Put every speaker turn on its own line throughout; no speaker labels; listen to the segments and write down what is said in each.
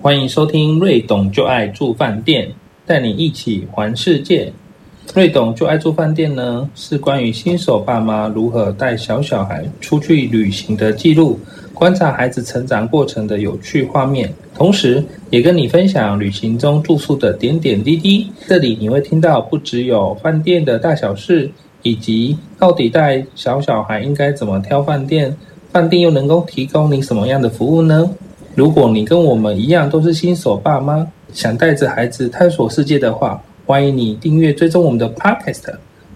欢迎收听《瑞董就爱住饭店》，带你一起环世界。瑞董就爱住饭店呢，是关于新手爸妈如何带小小孩出去旅行的记录，观察孩子成长过程的有趣画面，同时也跟你分享旅行中住宿的点点滴滴。这里你会听到不只有饭店的大小事，以及到底带小小孩应该怎么挑饭店，饭店又能够提供你什么样的服务呢？如果你跟我们一样都是新手爸妈，想带着孩子探索世界的话，欢迎你订阅追踪我们的 Podcast，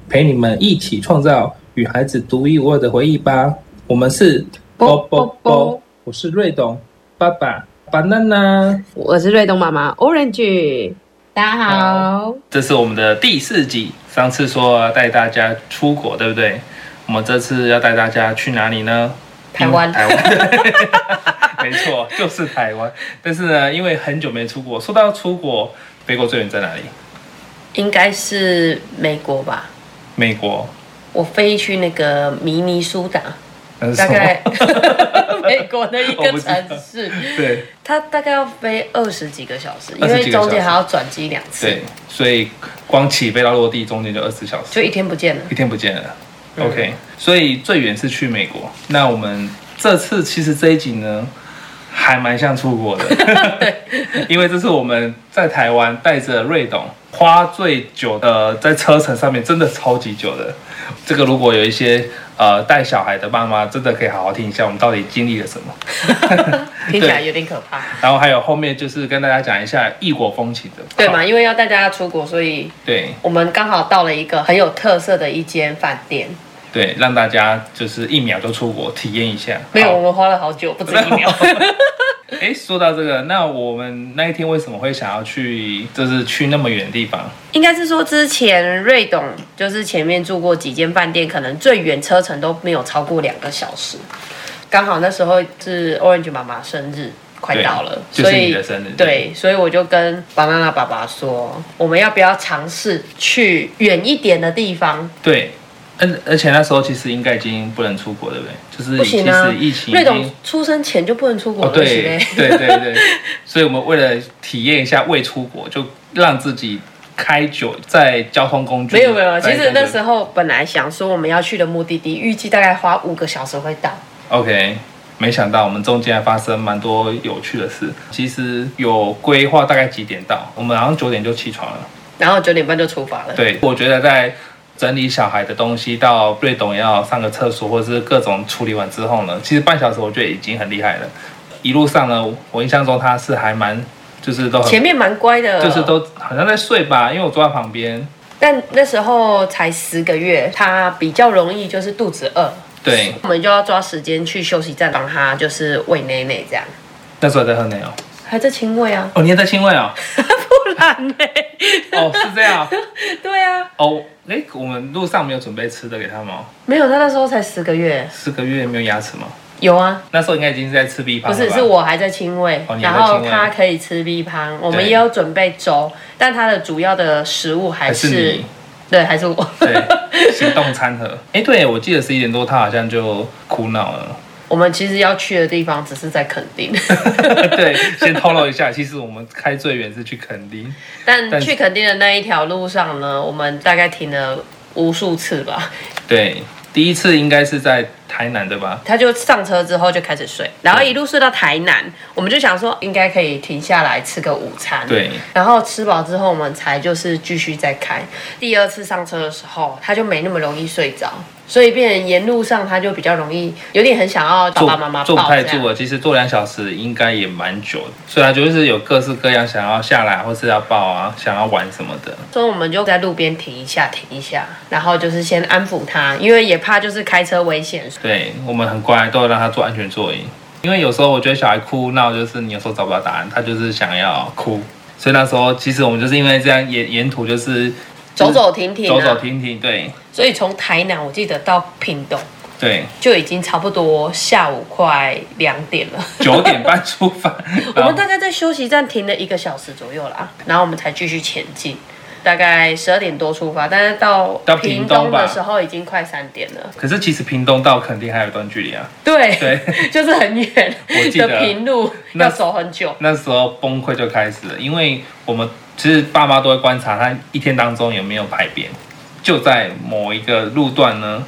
陪你们一起创造与孩子独一无二的回忆吧。我们是
啵啵啵，
我是瑞董爸爸 banana，
我是瑞东妈妈 Orange，大家好。
这是我们的第四集。上次说要带大家出国，对不对？我们这次要带大家去哪里呢？
台湾
嗯台湾， 没错，就是台湾。但是呢，因为很久没出国，说到出国，飞过最远在哪里？
应该是美国吧。
美国。
我飞去那个明尼苏达，
那是什
大
么哦
概 美国的一
我
个
不知道
城市，
对
它大概要飞二十几个小时，因
20
为
几个小时
中间还要转机两次，
对，所以光起飞到落地中间就二十小时，
就一天不见了。
一天不见了。OK，所以最远是去美国。那我们这次其实这一集呢，还蛮像出国 的， 因为这是我们在台湾带着瑞董花最久的，呃在车程上面真的超级久的。这个如果有一些呃带小孩的爸妈，真的可以好好听一下我们到底经历了什么。
听起来有点可怕，
然后还有后面就是跟大家讲一下异国风情的，
对嘛？？因为要带大家出国，所以
对
我们刚好到了一个很有特色的一间饭店。
对，让大家就是一秒就出国体验一下。
没有，
好
我们花了好久，不止一秒。
哎，说到这个，那我们那一天为什么会想要去，就是去那么远的地方？
应该是说之前瑞董就是前面住过几间饭店，可能最远车程都没有超过两个小时。刚好那时候是 Orange 妈妈生日快到了，
对
所
就是
以
你的生日
对，所以我就跟 banana 爸爸说，我们要不要尝试去远一点的地方？
对，而而且那时候其实应该已经不能出国，对不对？就是
不
其
行啊
实疫，情已
瑞董
经。
出生前就不能欸出国
哦，
了，
对
是嘞
对对对，所以我们为了体验一下未出国，就让自己开久在交通工具。
没有没有，其实那时
候
候本来想说我们要去的目的地，预计大概花五个小时会到。
OK，没想到我们中间还发生蛮多有趣的事。其实有规划大概几点到，我们好像九点就起床了。
然后九点半就出发了，
对，我觉得在整理小孩的东西到瑞董要上个厕所，或者是各种处理完之后呢，其实半小时我觉得已经很厉害了。一路上呢，我印象中他是还蛮，就是都
前
很，
面蛮乖的，
就是都好像在睡吧，因为我坐在旁边。
但那时候才十个月，他比较容易就是肚子饿，
对，
我们就要抓时间去休息站帮他就是喂奶奶这样，
那时候还在喝奶哦。
还在亲喂啊，
哦，你也在亲喂哦？
不然呢？
哦，是这 样。
对啊，
哦，哎，我们路上没有准备吃的给他们哦。
没有，他那时候才十个月，
四个月没有牙齿吗？
有啊，
那时候应该已经是在吃 B 趴
不
了吧。
是，是我还在亲喂，
哦你还在
然
亲喂
后他可以吃蜜汤，我们
对
也有准备粥，但他的主要的食物还
还是你？
对，还是我，
对，行动餐盒。哎，对，我记得十一点多他好像就哭闹了。
我们其实要去的地方只是在垦丁。
对，先透露一下，其实我们开最远是去垦丁，但
但去垦丁的那一条路上呢，我们大概停了无数次吧。
对，第一次应该是在台南对吧？
他就上车之后就开始睡，然后一路睡到台南，我们就想说应该可以停下来吃个午餐。。
对，
然后吃饱之后，我们才就是继续再开。第二次上车的时候，他就没那么容易睡着，所以变成沿路上他就比较容易，有点很想要爸
坐
爸妈妈
坐不
抱
太
这样。
住了，其实坐两小时应该也蛮久的，所以他就是有各式各样想要下来或是要抱啊，想要玩什么的。
所以我们就在路边停一下，停一下，然后就是先安抚他，因为也怕就是开车危险，
对我们很乖，都有让他坐安全座椅，因为有时候我觉得小孩哭闹，就是你有时候找不到答案，他就是想要哭，所以那时候其实我们就是因为这样沿沿途就是
走走停停、
走
啊，
嗯走停停，对
所以从台南我记得到屏东
对，
就已经差不多下午快两点了。
九点半出发，
我
然后
们大概在休息站停了一个小时左右啦，然后我们才继续前进。大概十二点多出发，但是到
到屏
屏
东
东的
吧
时候已经快三点了。
可是其实屏东到垦丁还有一段距离啊。
对，
对，
就是很远
我记得
的平路
那
要走很久。
那时候崩溃就开始了，因为我们其实爸妈都会观察他一天当中有没有排便，就在某一个路段呢，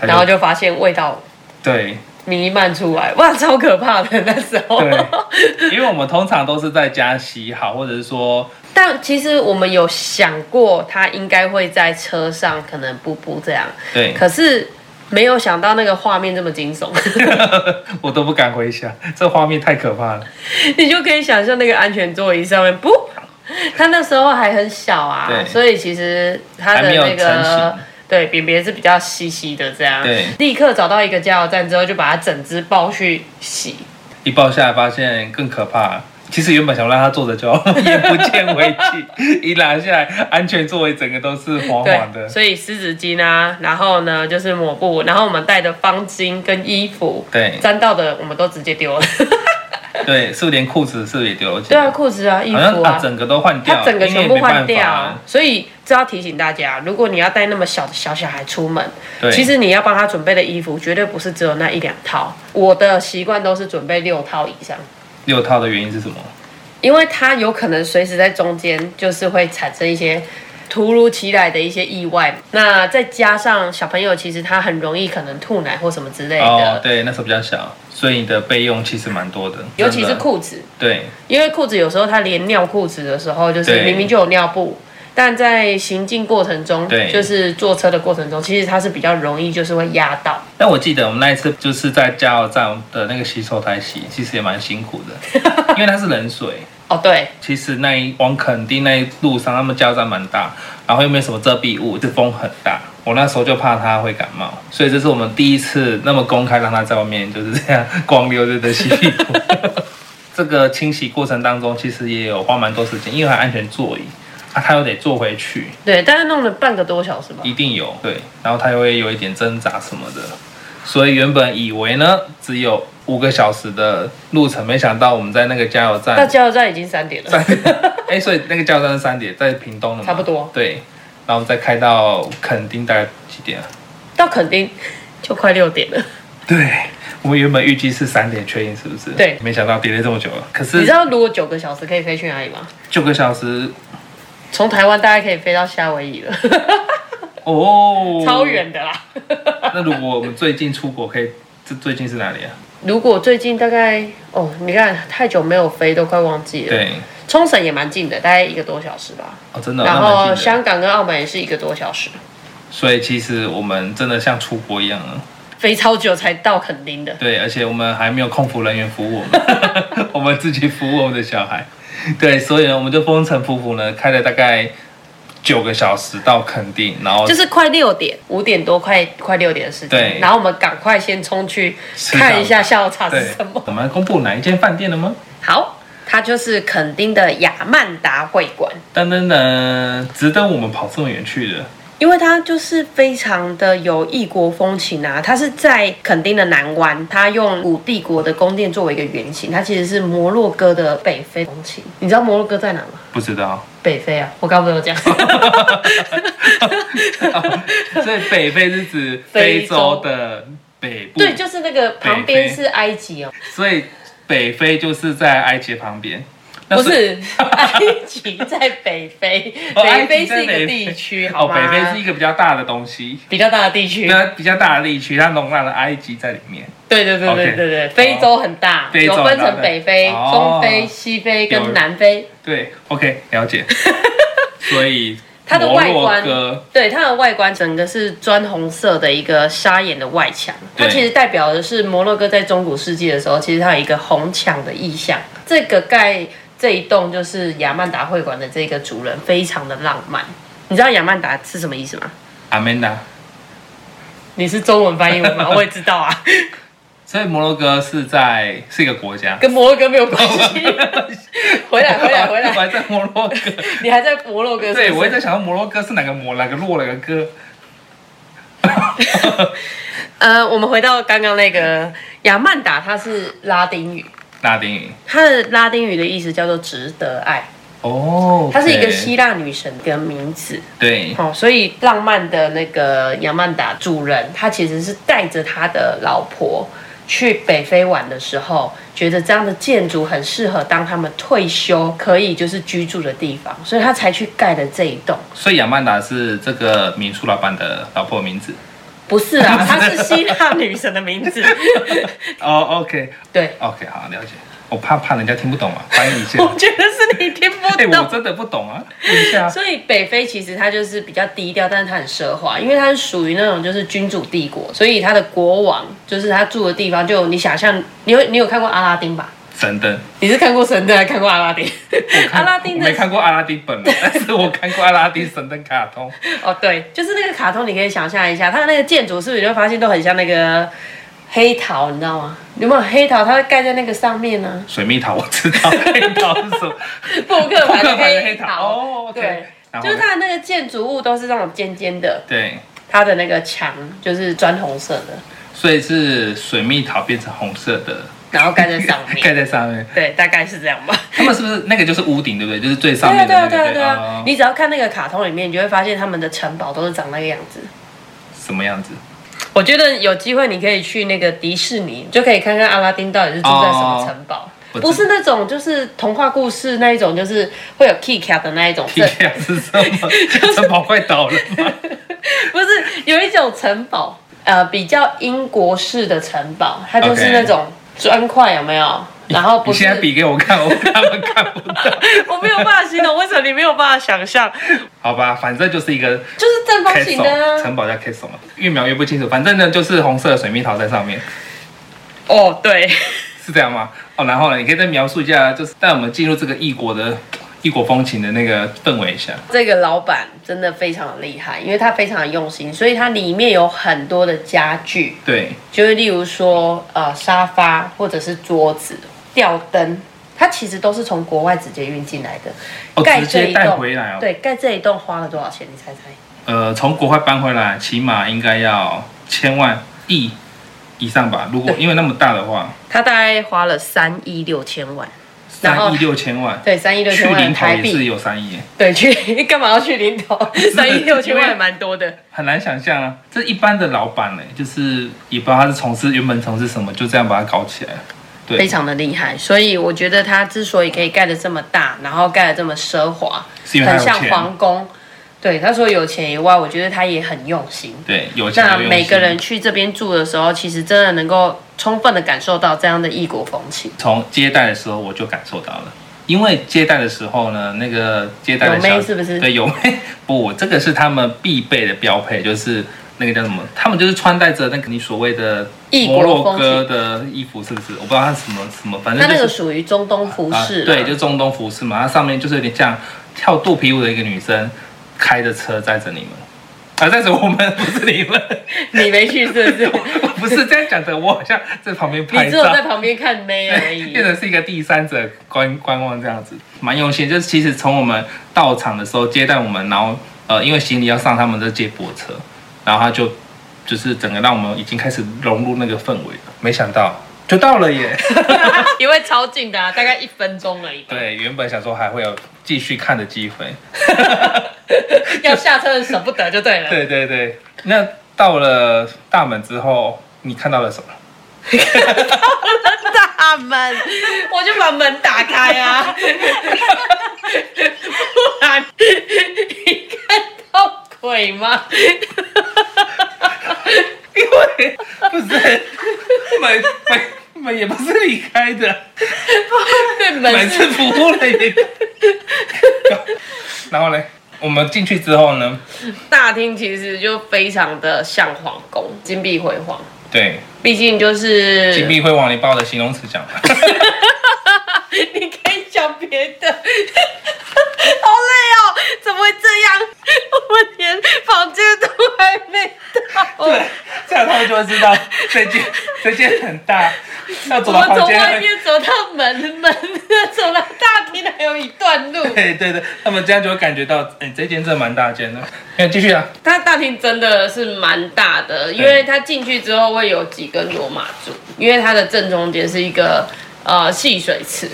他
然后就发现味道
对
弥漫出来，哇，超可怕的那时候。
对，因为我们通常都是在家洗好，或者是说
但其实我们有想过，他应该会在车上可能步步这样，
对，
可是没有想到那个画面这么惊悚，
我都不敢回想，这画面太可怕了。
你就可以想象那个安全座椅上面不。他那时候还很小啊
对，
所以其实他
还
的
没有
那
成
个
型
对便便是比较稀稀的这样。
对
立刻找到一个加油站之后，就把它整只抱去洗。
一抱下来发现更可怕。其实原本想让他坐着就好， 也不见回去， 一拿下来，安全座位整个都是黄黄的
对，。所以湿纸巾啊，然后呢就是抹布，然后我们带的方巾跟衣服，
对
沾到的我们都直接丢了。
对，是不是连裤子是不是也丢了？
对啊，，裤子啊，衣
好像
服
啊
啊，
整个都换掉，
它整个
因为
全部
没
换
办
掉
法
啊
啊。。
所以这要提醒大家，如果你要带那么小的小小孩出门，
对，
其实你要帮他准备的衣服绝对不是只有那一两套。我的习惯都是准备六套以上。
六套的原因是什么？
因为它有可能随时在中间就是会产生一些突如其来的一些意外，那再加上小朋友其实他很容易可能吐奶或什么之类的，
哦，对，那时候比较小，所以你的备用其实蛮多的，
尤其是
真的。
裤子，
对
因为裤子有时候他连尿裤子的时候，就是
对
明明就有尿布。但在行进过程中，
对
就是坐车的过程中，其实它是比较容易就是会压到，
但我记得我们那一次就是在加油站的那个洗手台洗，其实也蛮辛苦的， 因为它是冷水。
哦，对，
其实那一往垦丁那一路上，他们加油站蛮大，然后又没有什么遮蔽物，这风很大。我那时候就怕他会感冒，所以这是我们第一次那么公开让他在外面就是这样光溜溜的洗屁股。这个清洗过程当中，其实也有花蛮多时间，因为还有安全座椅啊，他又得坐回去，
对，大概弄了半个多小时吧。
一定有对，然后他又会有一点挣扎什么的，所以原本以为呢只有五个小时的路程，没想到我们在那个加油站
到加油站已经三点了，
三点，哎、所以那个加油站是三点，在屏东了嘛
差不多
对，然后我们再开到垦丁，大概几点啊？
到垦丁就快六点了。
对，我们原本预计是三点确定，是不是？
对
没想到 delay 这么久了。可
你知
是
道如果九个小时可以飞去哪里吗？
九个小时
从台湾大概可以飞到夏威夷了，
哦，
超。远的啦。
那如果我们最近出国，可以这最近是哪里啊？
如果最近大概哦，你看太久没有飞，都快忘记了。
对，
冲绳也蛮近的，大概一个多小时吧。
哦，真的，
然
那蛮近
后
的
香港跟澳门也是一个多小时，
所以其实我们真的像出国一样啊了。
飞超久才到垦丁的。
对，而且我们还没有空服人员服务我们， 我们自己服务我们的小孩。对，所以呢，我们就风尘仆仆呢，开了大概九个小时到垦丁，然后
就是快六点，五点多快快六点的时间
对，
然后我们赶快先冲去
吃早餐
看一下下午茶是
对
什么，。
我们公布哪一间饭店了吗？
好，它就是垦丁的亚曼达会馆。
噔噔噔，值得我们跑这么远去的。
因为它就是非常的有异国风情啊，它是在垦丁的南湾，它用古帝国的宫殿作为一个原型，它其实是摩洛哥的北非风情。你知道摩洛哥在哪吗？
不知道，
北非啊，我刚不是有讲，
所以北非是指非
非洲
洲的北部，
对，就是那个旁边是埃及哦，
所以北非就是在埃及旁边，那
不是 埃及在北非，
哦
北
埃及
非
在
是一个
北非
地区，好
哦，
吗？
北非是一个比较大的东西，
比较大的地区
比，较比较大的地区，它容纳了埃及在里面。
对对对
OK
对对对，非洲很大，
非洲
有
很大
分成北非、
对
中
哦
非、西非
有
跟南非。
对，OK，了 解。所以
它的外观
摩洛哥，
对它的外观，整个是砖红色的一个砂岩的外墙，它
对
其实代表的是摩洛哥在中古世纪的时候，其实它有一个红墙的意象。这个盖这一栋就是亚曼达会馆的这个主人，非常的浪漫。你知道亚曼达是什么意思吗？
阿曼达，
你是中文翻译 我吗？我也知道啊，
所以摩洛哥是在是一个国 家。
跟摩洛哥没有关系。 回来，回来，回
我
来！
还在摩洛哥。
你还在摩洛哥是不是？
对，我也在想到摩洛哥是哪个摩，哪个洛，哪个哥。
呃，我们回到刚刚那个亚曼达，它是拉丁语，
拉丁语
它的拉丁语的意思叫做“值得爱”。
哦，
她是一个
OK 嗯
希腊女神的名字。
对，
哦，所以浪漫的那个亚曼达主人，他其实是带着他的老婆去北非玩的时候，觉得这样的建筑很适合当他们退休可以就是居住的地方，所以他才去盖的这一栋。
所以亚曼达是这个民宿老板的老婆的名字。
不是啊，她是希腊女神的名字。
哦，OK，OK，、
对，
好，了解。我怕怕人家听不懂 啊，翻译一下。
我觉得是你听不
哎、我
懂。
真的不懂啊，问 一下啊。
所以北非其实它就是比较低调，但是它很奢华，因为它是属于那种就是君主帝国，所以它的国王就是他住的地方就有你想象，你有你有看过阿拉丁吧？
神灯，
你是看过神灯，还看过阿 拉丁？阿拉丁
我
的
没看过阿拉丁本 人，但是我看过阿拉丁神灯卡通。
哦，对，就是那个卡通，你可以想象一下，它的那个建筑是不是你会发现都很像那个黑桃，你知道吗？有没有黑桃？它会盖在那个上面呢、
水蜜桃我知道，黑桃是什 么？
扑克
扑
牌
克
的
牌的
黑
黑
桃。
桃。 哦，OK，
对
然后
就是
呢
它的那个建筑物都是那种尖尖的，
对，
它的那个墙就是砖红色的，
所以是水蜜桃变成红色的，
然后盖在上
盖 在
面。
上面。
对，大概是这样吧。
他们是不是那个就是屋顶，对不对？就是最
对
上
啊，
面
对
的那个。
啊，对啊，对啊
哦！
你只要看那个卡通里面，你就会发现他们的城堡都是长那个样子。
什么样子？
我觉得有机会你可以去那个迪士尼，就可以看看阿拉丁到底是住在什么城堡。
哦
不是那种，就是童话故事那一种，就是会有 key cap 的那一种
听
镇，
起来是什 么？城堡快倒了吗？
不是有一种城堡，呃，比较英国式的城堡，它就是
OK
那种砖块有没有？然后哦不
你
是
现在比给我看，我他们看不到。
我没有办法形容，为什么你没有办法想象？
好吧，反正就是一个
就是正方
K
形
手
的啊。
城堡叫 K 手嘛，越描越不清楚。反正呢，就是红色的水蜜桃在上面，
哦，对，
是这样吗？哦，然后呢，你可以再描述一下，就是带我们进入这个异国的异国风情的那个氛围一下。
这个老板真的非常的厉害，因为他非常的用心，所以它里面有很多的家具，
对，
就是例如说呃沙发或者是桌子、吊灯，它其实都是从国外直接运进来的。
哦，
盖
直
这
接
一
带
栋，
回来哦。
对，盖这一栋花了多少钱？你猜猜？
呃，从国外搬回来，起码应该要千万亿以上吧。如果因为那么大的话，
他大概花了三亿六千万，然后
三亿六千万，
对，三亿六
去
千万
零
的
头
台
也是
币，
有三亿耶，
对，去 干嘛要去零头？三亿六千万也蛮多的。
很难想象啊。这一般的老板呢，就是也不知道他是从事原本从事什么，就这样把它搞起来了。对
非常的厉害，所以我觉得他之所以可以盖得这么大，然后盖得这么奢华，
是因为他
很
有
像
钱。
皇宫。对，他说有钱以外，我觉得他也很用心。
对，有钱
那
有用
每个
心
人去这边住的时候，其实真的能够充分的感受到这样的异国风情，
从接待的时候我就感受到了，因为接待的时候呢，那个接待的
有
小
妹是不是？
对有妹 不，这个是他们必备的标配，就是那个叫什么？他们就是穿戴着那个你所谓的
异
摩
国
洛
风
哥
情，
的衣服，是不是？我不知道它什么什么，反
它
正
那
就
个
是
属于中东服饰、
啊，对，就中东服饰嘛，它上面就是有点像跳肚皮舞的一个女生开着车载着你们。啊，载着我们不是你们，
你没去是不是？
不是这样讲的，我好像在旁边拍
你只有
照
在，旁边看妹 而已
变。成是一个第三者观观望这样子，蛮用心。就是其实从我们到场的时候接待我们，然后呃，因为行李要上他们的接驳车，然后他就就是整个让我们已经开始融入那个氛围了。没想到就到了耶！
因为超近的、啊，大概一分钟而已。，
对，原本想说还会有继续看的机会，
要下车舍不得就对了。
对对对。那到了大门之后，你看到了什么？
大门，
我就把门打开啊，不然你看到鬼吗？
因为不是门门门也不是你开的。
对，
门
门
是
是
服务 类的。然后嘞，我们进去之后呢，
大厅，其实就非常的像皇宫，金碧辉煌。
对，
毕竟就是
金碧辉煌，你把我的形容词讲完。
你可以讲别的，好累哦，怎么会这样？我们连房间都还没到，
对，这样他们就会知道这间这间很大，要
我
走到
们
房
从外
间。
面走到门门，走到大厅还有一段路。
对对对，他们这样就会感觉到，哎、这间真的蛮大间的。那继续啊，
它大厅真的是蛮大的，因为它进去之后会有几根罗马柱，因为它的正中间是一个呃戏水池，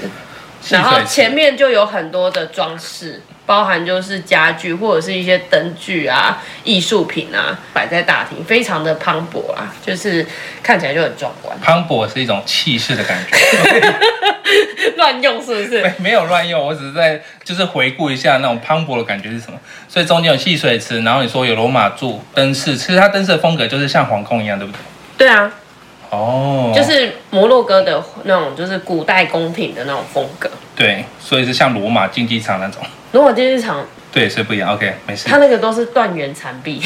然后
汽水池
前面就有很多的装饰，包含就是家具或者是一些灯具啊、艺术品啊，摆在大厅，非常的磅礴啊，就是看起来就很壮观。
磅礴是一种气势的感觉，
乱用是不是？
没没有乱用，我只是在就是回顾一下那种磅礴的感觉是什么。所以中间有戏水池，然后你说有罗马柱、灯饰，其实它灯饰的风格就是像皇宫一样，对不对？
对啊，
哦，
就是摩洛哥的那种，就是古代宫廷的那种风格。
对，所以是像罗马竞技场那种，
如果电视场，
对，所以不一样。OK，没事
它，那个都是断垣残 壁，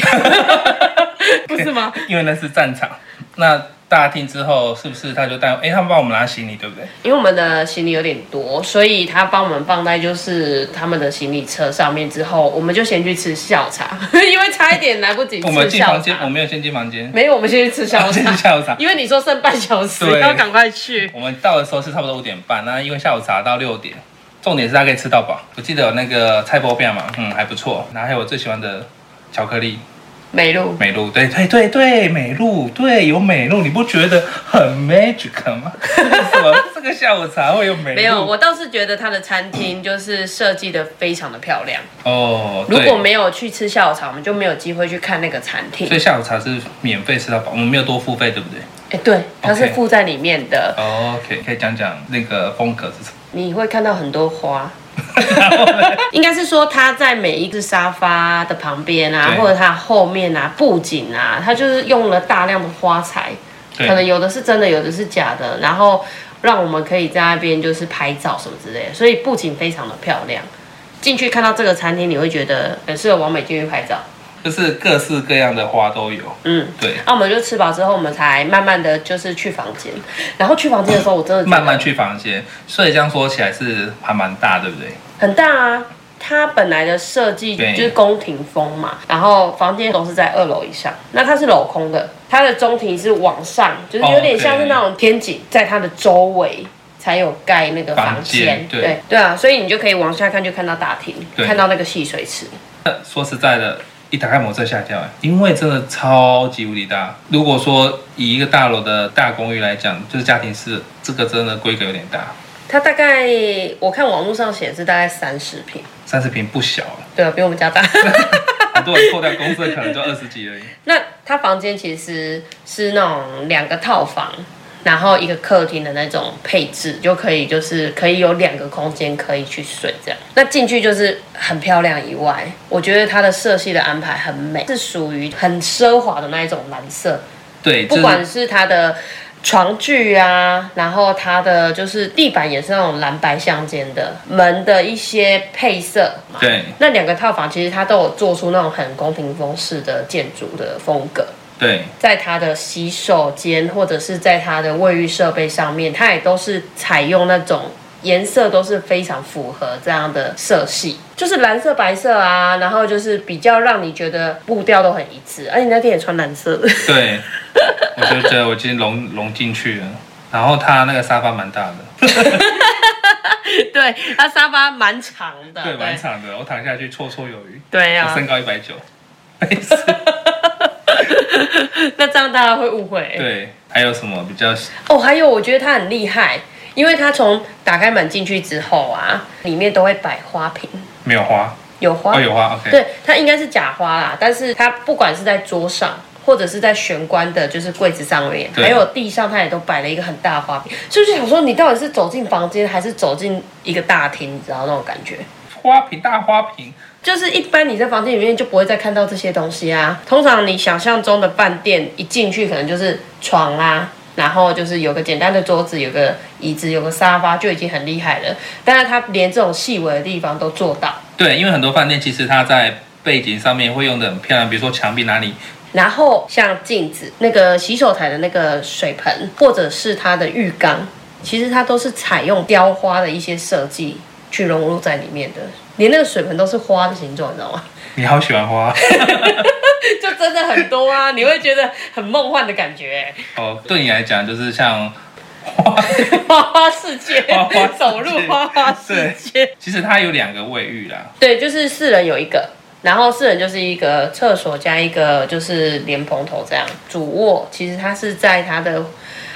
不是吗？
因为那是战场。那大厅之后是不是他就带？哎，他们帮我们拿行李，对不对？
因为我们的行李有点多，所以他帮我们放在就是他们的行李车上面之后，我们就先去吃下午茶， 因为差一点来不及
我们
吃
进
下午
房间，我
茶。
没有先进房间，
没有，我们先去吃下 午
先进
茶，
下午茶。
因为你说剩半小时，
对
要赶快去。
我们到的时候是差不多五点半，那因为下午茶到六点，重点是它可以吃到饱。我记得有那个菜包饼嘛，嗯，还不错。然后还有我最喜欢的巧克力
美露，
美露，对对对对，美露，对有美露，你不觉得很 magic 吗？为什么 这个下午茶会有美露？
没有，我倒是觉得他的餐厅就是设计的非常的漂亮。
哦，
如
对
果没有去吃下午茶，我们就没有机会去看那个餐厅
所。以下午茶是免费吃到饱，我们没有多付费，对不对
哎，对，它是
OK
附在里面的，
？OK，可以讲讲那个风格是什么？
你会看到很多花。
然后呢
应该是说它在每一个沙发的旁边啊
对，
或者它后面啊、布景啊，它就是用了大量的花材，可能
对，
有的是真的，有的是假的，然后让我们可以在那边就是拍照什么之类的，所以布景非常的漂亮。进去看到这个餐厅，你会觉得呃很适合往美进去拍照。
就是各式各样的花都有。
嗯，
对，
那、我们就吃饱之后，我们才慢慢的就是去房间。然后去房间的时候，我真的 觉得
慢慢去房间，所以这样说起来是还蛮大，对不对？
很大啊。它本来的设计
对
就是宫廷风嘛，然后房间都是在二楼以上，那它是镂空的，它的中庭是往上，就是有
哦
点像是那种天井，在它的周围才有盖那个房
房间
间，
对
对啊，所以你就可以往下看，就看到大厅，
对
看到那个戏水池，
那说实在的，一打开门我真的吓一跳，哎因为真的超级无敌大。如果说以一个大楼的大公寓来讲，就是家庭式，这个真的规格有点大，
它大概我看网络上显示大概三十平，
三十平不小了，
对啊，比我们家大。
很多人扣掉公司的可能就二十几 而已。
那他房间其实是那种两个套房，然后一个客厅的那种配置，就可以就是可以有两个空间可以去睡这样。那进去就是很漂亮以外，我觉得它的色系的安排很美，是属于很奢华的那一种蓝色，
对，就
不管
是
是它的。床具啊，然后它的就是地板也是那种蓝白相间的，门的一些配色嘛，
对
那两个套房其实它都有做出那种很宫廷风式的建筑的风格，
对
在它的洗手间或者是在它的卫浴设备上面，它也都是采用那种颜色都是非常符合这样的色系，就是蓝色、白色啊，然后就是比较让你觉得步调都很一致，而且那天也穿 蓝色的，
对，我就觉得我已经融融进去了。然后它那个沙发蛮大的，
啊对，它沙发蛮长的，
对，蛮长的，我躺下去绰绰有余。
对
我
啊，
身高一百九， 没事。
那这样大家会误会、
对，还有什么比较
哦，还有我觉得他很厉害，因为他从打开门进去之后啊，里面都会摆花瓶，
没有花？
有花，
哦，有花，OK。
对，它应该是假花啦，但是它不管是在桌上。或者是在玄关的，就是柜子上面，
对
还有地上，它也都摆了一个很大的花瓶，所以我就想说，你到底是走进房间，还是走进一个大厅？你知道那种感觉？
花瓶大花瓶，
就是一般你在房间里面就不会再看到这些东西啊。通常你想象中的饭店一进去，可能就是床啊，然后就是有个简单的桌子，有个椅子，有个沙发就已经很厉害了。但是它连这种细微的地方都做到。
对，因为很多饭店其实它在背景上面会用的很漂亮，比如说墙壁哪里，
然后像镜子、那个洗手台的那个水盆，或者是它的浴缸，其实它都是采用雕花的一些设计去融入在里面的。连那个水盆都是花的形状，你知道吗？
你好喜欢花
就真的很多啊，你会觉得很梦幻的感觉、
哦。对你来讲就是像
花 花世界，
花花世界
走入花花世界。
其实它有两个卫浴啦，
对，就是四人有一个，然后四人就是一个厕所加一个就是莲蓬头这样。主卧其实它是在它的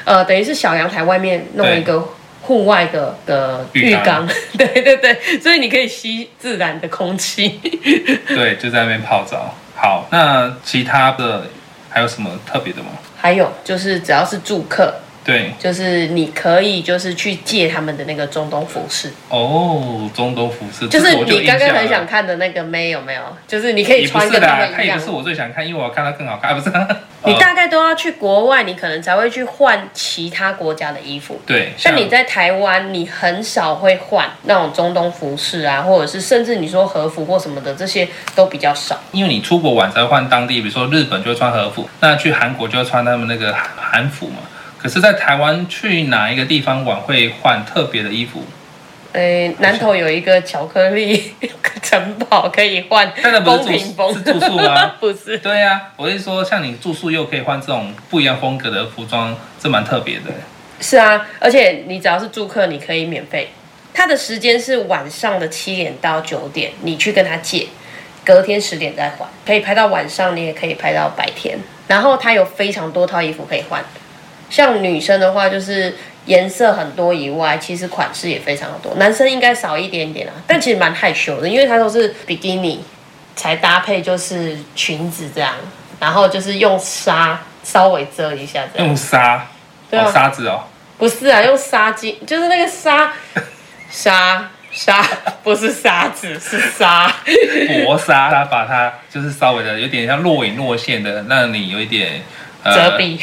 呃，等于是小阳台外面弄一个户外的的
浴
浴
缸
缸， 对对对，所以你可以吸自然的空气。
对，就在那边泡澡。好，那其他的还有什么特别的吗？
还有就是，只要是住客，
对，
就是你可以就是去借他们的那个中东服饰，
哦，中东服饰，这
就是
个我有
你
印
刚刚
象
很
了
想看的那个妹有没有？就是你可以
也不
穿
是
跟他
啦，它
们一
也
样
不是。我最想看，因为我看它更好看，啊、不是？
你
呃
大概都要去国外，你可能才会去换其他国家的衣服。
对，
像
像
你在台湾，你很少会换那种中东服饰啊，或者是甚至你说和服或什么的，这些都比较少。
因为你出国玩才会换当地，比如说日本就会穿和服，那去韩国就会穿他们那个韩韩服嘛。可是，在台湾去哪一个地方玩会换特别的衣服？
诶，南投有一个巧克力 城堡可以换
但那不是
公平
住
风，
是住宿吗？
不是，
对呀、我是说，像你住宿又可以换这种不一样风格的服装，这蛮特别的。
是啊，而且你只要是住客，你可以免费。他的时间是晚上的七点到九点，你去跟他借，隔天十点再还，可以拍到晚上，你也可以拍到白天。然后他有非常多套衣服可以换，像女生的话就是颜色很多以外，其实款式也非常的多。男生应该少一点点啊，但其实蛮害羞的，因为他都是比基尼才搭配就是裙子这样，然后就是用纱稍微遮一下这样。
用纱，
对啊
哦，纱质哦，
不是啊，用纱巾，就是那个纱，纱纱不是沙子，是纱。
薄纱，它把它就是稍微的有点像若隐若现的，让你有一点呃
遮蔽，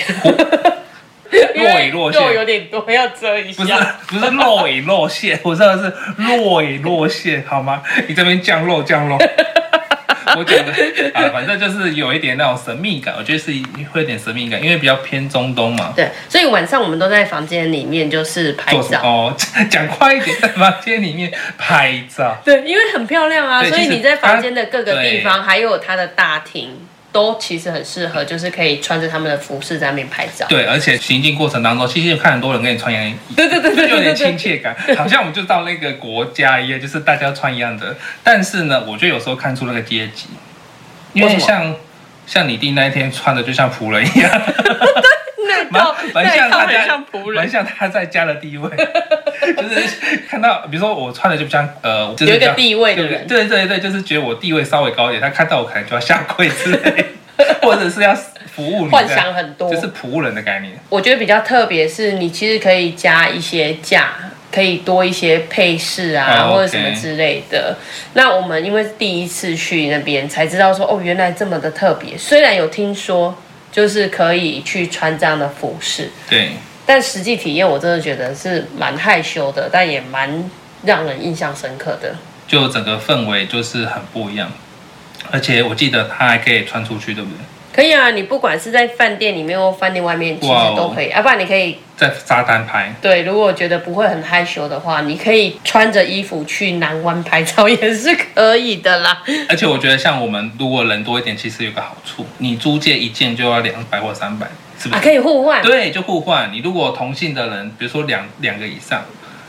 若隐若
因为肉有
现。
点多，要遮一
不是
下。
不是若隐若现， 我知道是若隐若现，好吗？你这边降肉降 肉，我讲的啊，反正就是有一点那种神秘感，我觉得是会有点神秘感，因为比较偏中东嘛。
对，所以晚上我们都在房间里面就是拍
做什么？
照，
哦，讲快一点，在房间里面拍照。
对，因为很漂亮啊，
对
所以
其实
你在
它
房间的各个地方，还有它的大厅，都其实很适合，就是可以穿着他们的服饰在那边拍照。
对，而且行进过程当中，其实有看很多人跟你穿一样，
对对对对
就有
对
点亲
对，
切感，好像我们就到那个国家一样，就是大家穿一样的。但是呢，我觉得有时候看出那个阶级，因为
为什么
像像你弟那一天穿的就像仆人一样，
那
蛮
套
蛮
那
像
套
他
很
在
像仆
蛮
人，
像他在家的 地位，就是看到比如说我穿的就比较呃，就是
有一
比
个
较
地位的
对
人。
对对对，就是觉得我地位稍微高一点，他看到我可能就要下跪之 类，或者是要服务你这样，
幻想很多
就是仆人的概念。
我觉得比较特别是，你其实可以加一些架，可以多一些配饰啊，
哦
或者什么
OK
之类的。那我们因为是第一次去那边，才知道说哦，原来这么的特别。虽然有听说就是可以去穿这样的服饰，
对，
但实际体验我真的觉得是蛮害羞的，但也蛮让人印象深刻的。
就整个氛围就是很不一样。而且我记得他还可以穿出去，对不对？
可以啊，你不管是在饭店里面或饭店外面，其
哇哦
实都可以。要、啊不然你可以
在沙滩拍，
对，如果觉得不会很害羞的话，你可以穿着衣服去南湾拍照也是可以的啦。
而且我觉得像我们如果人多一点，其实有个好处，你租借一件就要两百或三百，是不
啊，
是？
可以互换。
对，就互换。你如果同性的人，比如说两两个以上，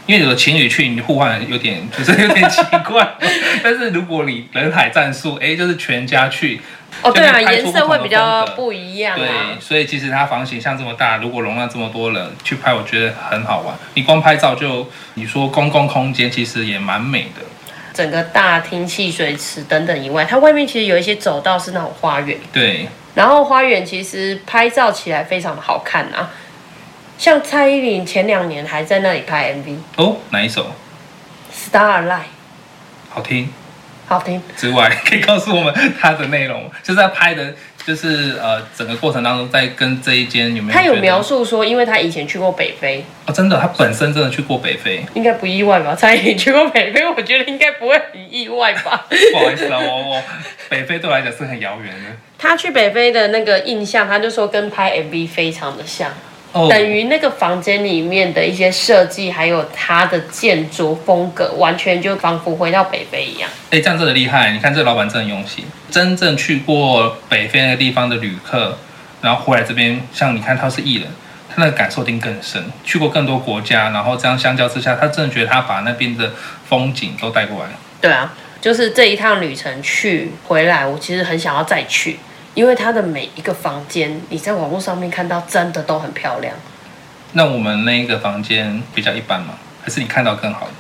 因为有的情侣去，你互换有点就是有点奇怪。 但是如果你人海战术，哎，就是全家去，
哦，对啊，
就可以拍出
颜色会比较
不同的风格
不一样啊
对，。所以其实它房型像这么大，如果容纳这么多人去拍，我觉得很好玩。你光拍照就，你说公共空间其实也蛮美的。
整个大厅、戏水池等等以外，它外面其实有一些走道是那种花园，
对，
然后花园其实拍照起来非常的好看啊。像蔡依林前两年还在那里拍 MV《
哦，哪一首
Starlight》，
好听？
好听。
之外， 可以告诉我们它的内容吗，就是在拍的，就是呃，整个过程当中，在跟这一间有没有？
他有描。述说，因为他以前去过北非，
哦，真的，他本身真的去过北非。
应该不意外吧？蔡依林去过北非，我觉得应该不会很意外吧。
不好意思啊，我我 北非对我来讲是很遥远的。
他去北非的那个印象，他就说跟拍 MV 非常的像，
哦，
等于那个房间里面的一些设计，还有它的建筑风格，完全就仿佛回到北非一样。
哎，这样真的厉害！你看这老板真的用心。真正去过北非那个地方的旅客，然后回来这边，像你看他是艺人，他那个感受一定更深。去过更多国家，然后这样相较之下，他真的觉得他把那边的风景都带过来。
对啊，就是这一趟旅程去回来，我其实很想要再去，因为它的每一个房间，你在网络上面看到真的都很漂亮。
那我们那一个房间比较一般吗？还是你看到更好的？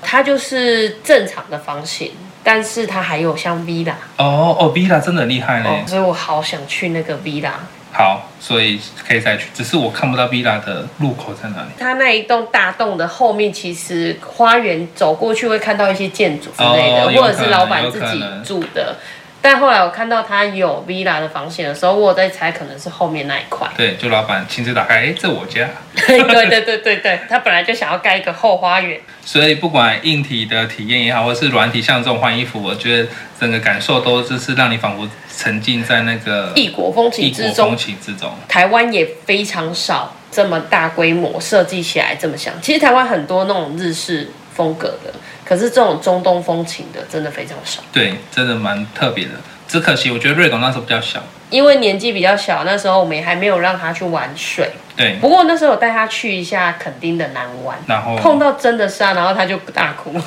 它就是正常的房型，但是它还有像 villa，、
哦哦，villa 真的很厉害呢。
哦、所以我好想去那个 villa。
好，所以可以再去，只是我看不到 villa 的入口在哪里。
它那一栋大栋的后面，其实花园走过去会看到一些建筑之类的，
哦有
或者是老板自
可能有
己
可能
住的。但后来我看到它有 villa 的房型的时候，我有在猜可能是后面那一 块。
对，就老板亲自打开，哎，这我家。
对对对对对，他本来就想要盖一个后花园。
所以不管硬体的体验也好，或是软体，像这种换衣服，我觉得整个感受都就是让你仿佛沉浸在那个
异国风
异
情
国
之
风
中，
情之中。
台湾也非常少这么大规模设计起来这么像。其实台湾很多那种日式风格的，可是这种中东风情的真的非常少。
对，真的蛮特别的。只可惜，我觉得瑞董那时候比较小。
因为年纪比较小，那时候我们也还没有让他去玩水。
对，
不过那时候我带他去一下垦丁的南湾，
然后
碰到真的沙，然后他就大哭，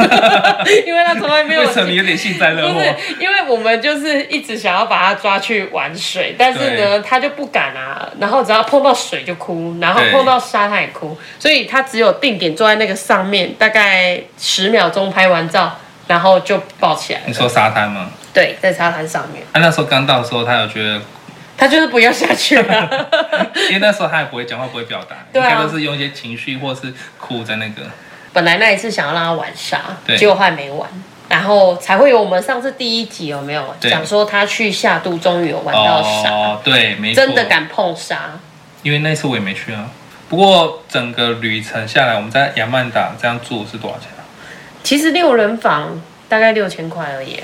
因为他从来没有
为什么有点幸灾乐
不
祸？
是，因为我们就是一直想要把他抓去玩水，但是呢，他就不敢啊。然后只要碰到水就哭，然后
对
碰到沙他也哭，所以他只有定点坐在那个上面，大概十秒钟拍完照，然后就抱起来
你
了。
说沙滩吗？
对，在沙滩上面，
他那时候刚到的时候，他有觉得，
他就是不要下去了。
因为那时候他也不会讲话，不会表达，
对啊
应该都是用一些情绪或是哭在那个。
本来那一次想要让他玩沙，
对
结果后来没玩。然后才会有我们上次第一集有没有
对
讲说他去夏都终于有玩到沙，
哦，对，没错，
真的敢碰沙，
因为那次我也没去啊。不过整个旅程下来，我们在亚曼达这样住是多少钱啊？
其实六人房大概六千块而已，
啊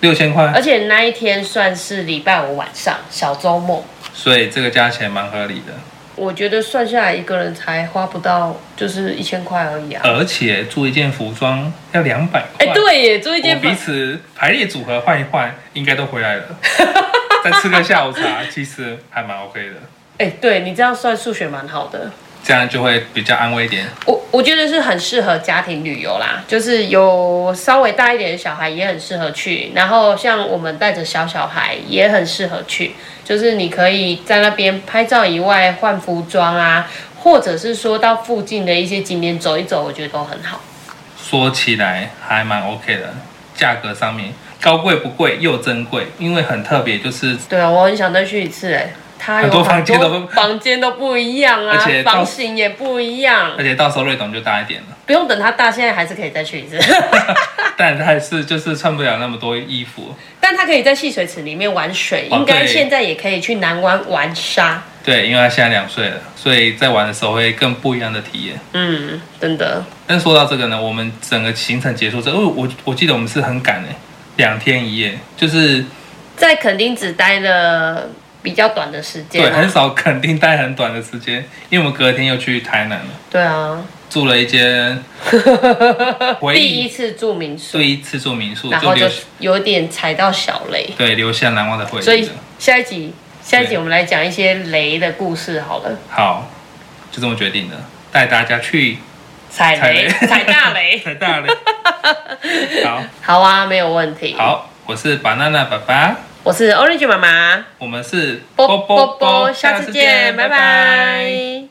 六千块，
而且那一天算是礼拜五晚上小周末，
所以这个加起来蛮合理的。
我觉得算下来一个人才花不到就是一千块而已啊。
而且做一件服装要两百块，
哎、对耶，做一
我
间
彼
房
此排列组合换一换，应该都回来 了。再吃个下午茶，其实还蛮 OK 的，
哎、对你这样算数学蛮好的。
这样就会比较安慰一点。
我我觉得是很适合家庭旅游啦，就是有稍微大一点的小孩也很适合去，然后像我们带着小小孩也很适合去，就是你可以在那边拍照以外换服装啊，或者是说到附近的一些景点走一走，我觉得都很好。
说起来还蛮 OK 的，价格上面高贵不贵又珍贵，因为很特别，就是
对啊，我很想再去一次哎、它
很多
有
房间都不
房间都不一样啊
而且，到
房型也不一样
而，且到时候瑞董就大一点了。
不用等它大，现在还是可以再去一次，
但他还是就是穿不了那么多衣服。
但它可以在戏水池里面玩水，
哦
应该
对
现在也可以去南湾玩沙。
对，因为他现在两岁了，所以在玩的时候会更不一样的体验。
嗯，真的，
但说到这个呢，我们整个行程结束之后，因为我我记得我们是很赶的，两天一夜，就是
在垦丁只待了比较短的时间
对，
啊、
很少肯定待很短的时间，因为我们隔天又去台南了，
对啊，
住了一 间回
第一
忆
次住民宿
对，一次住民宿，
然后
留
就
下
有点踩到小雷，
对留下难忘的回忆。
所以下一集，下一集
对
我们来讲一些雷的故事好了，
好，就这么决定了，带大家去
踩雷，
踩雷
踩 大雷，
台大了。好
好啊，没有问题。，
好，我是 banana 爸爸。
我是 Orange 妈妈，
我们是
波
波
波
波
波，
波，
下
下
次
次
见，
见，拜
拜
拜
拜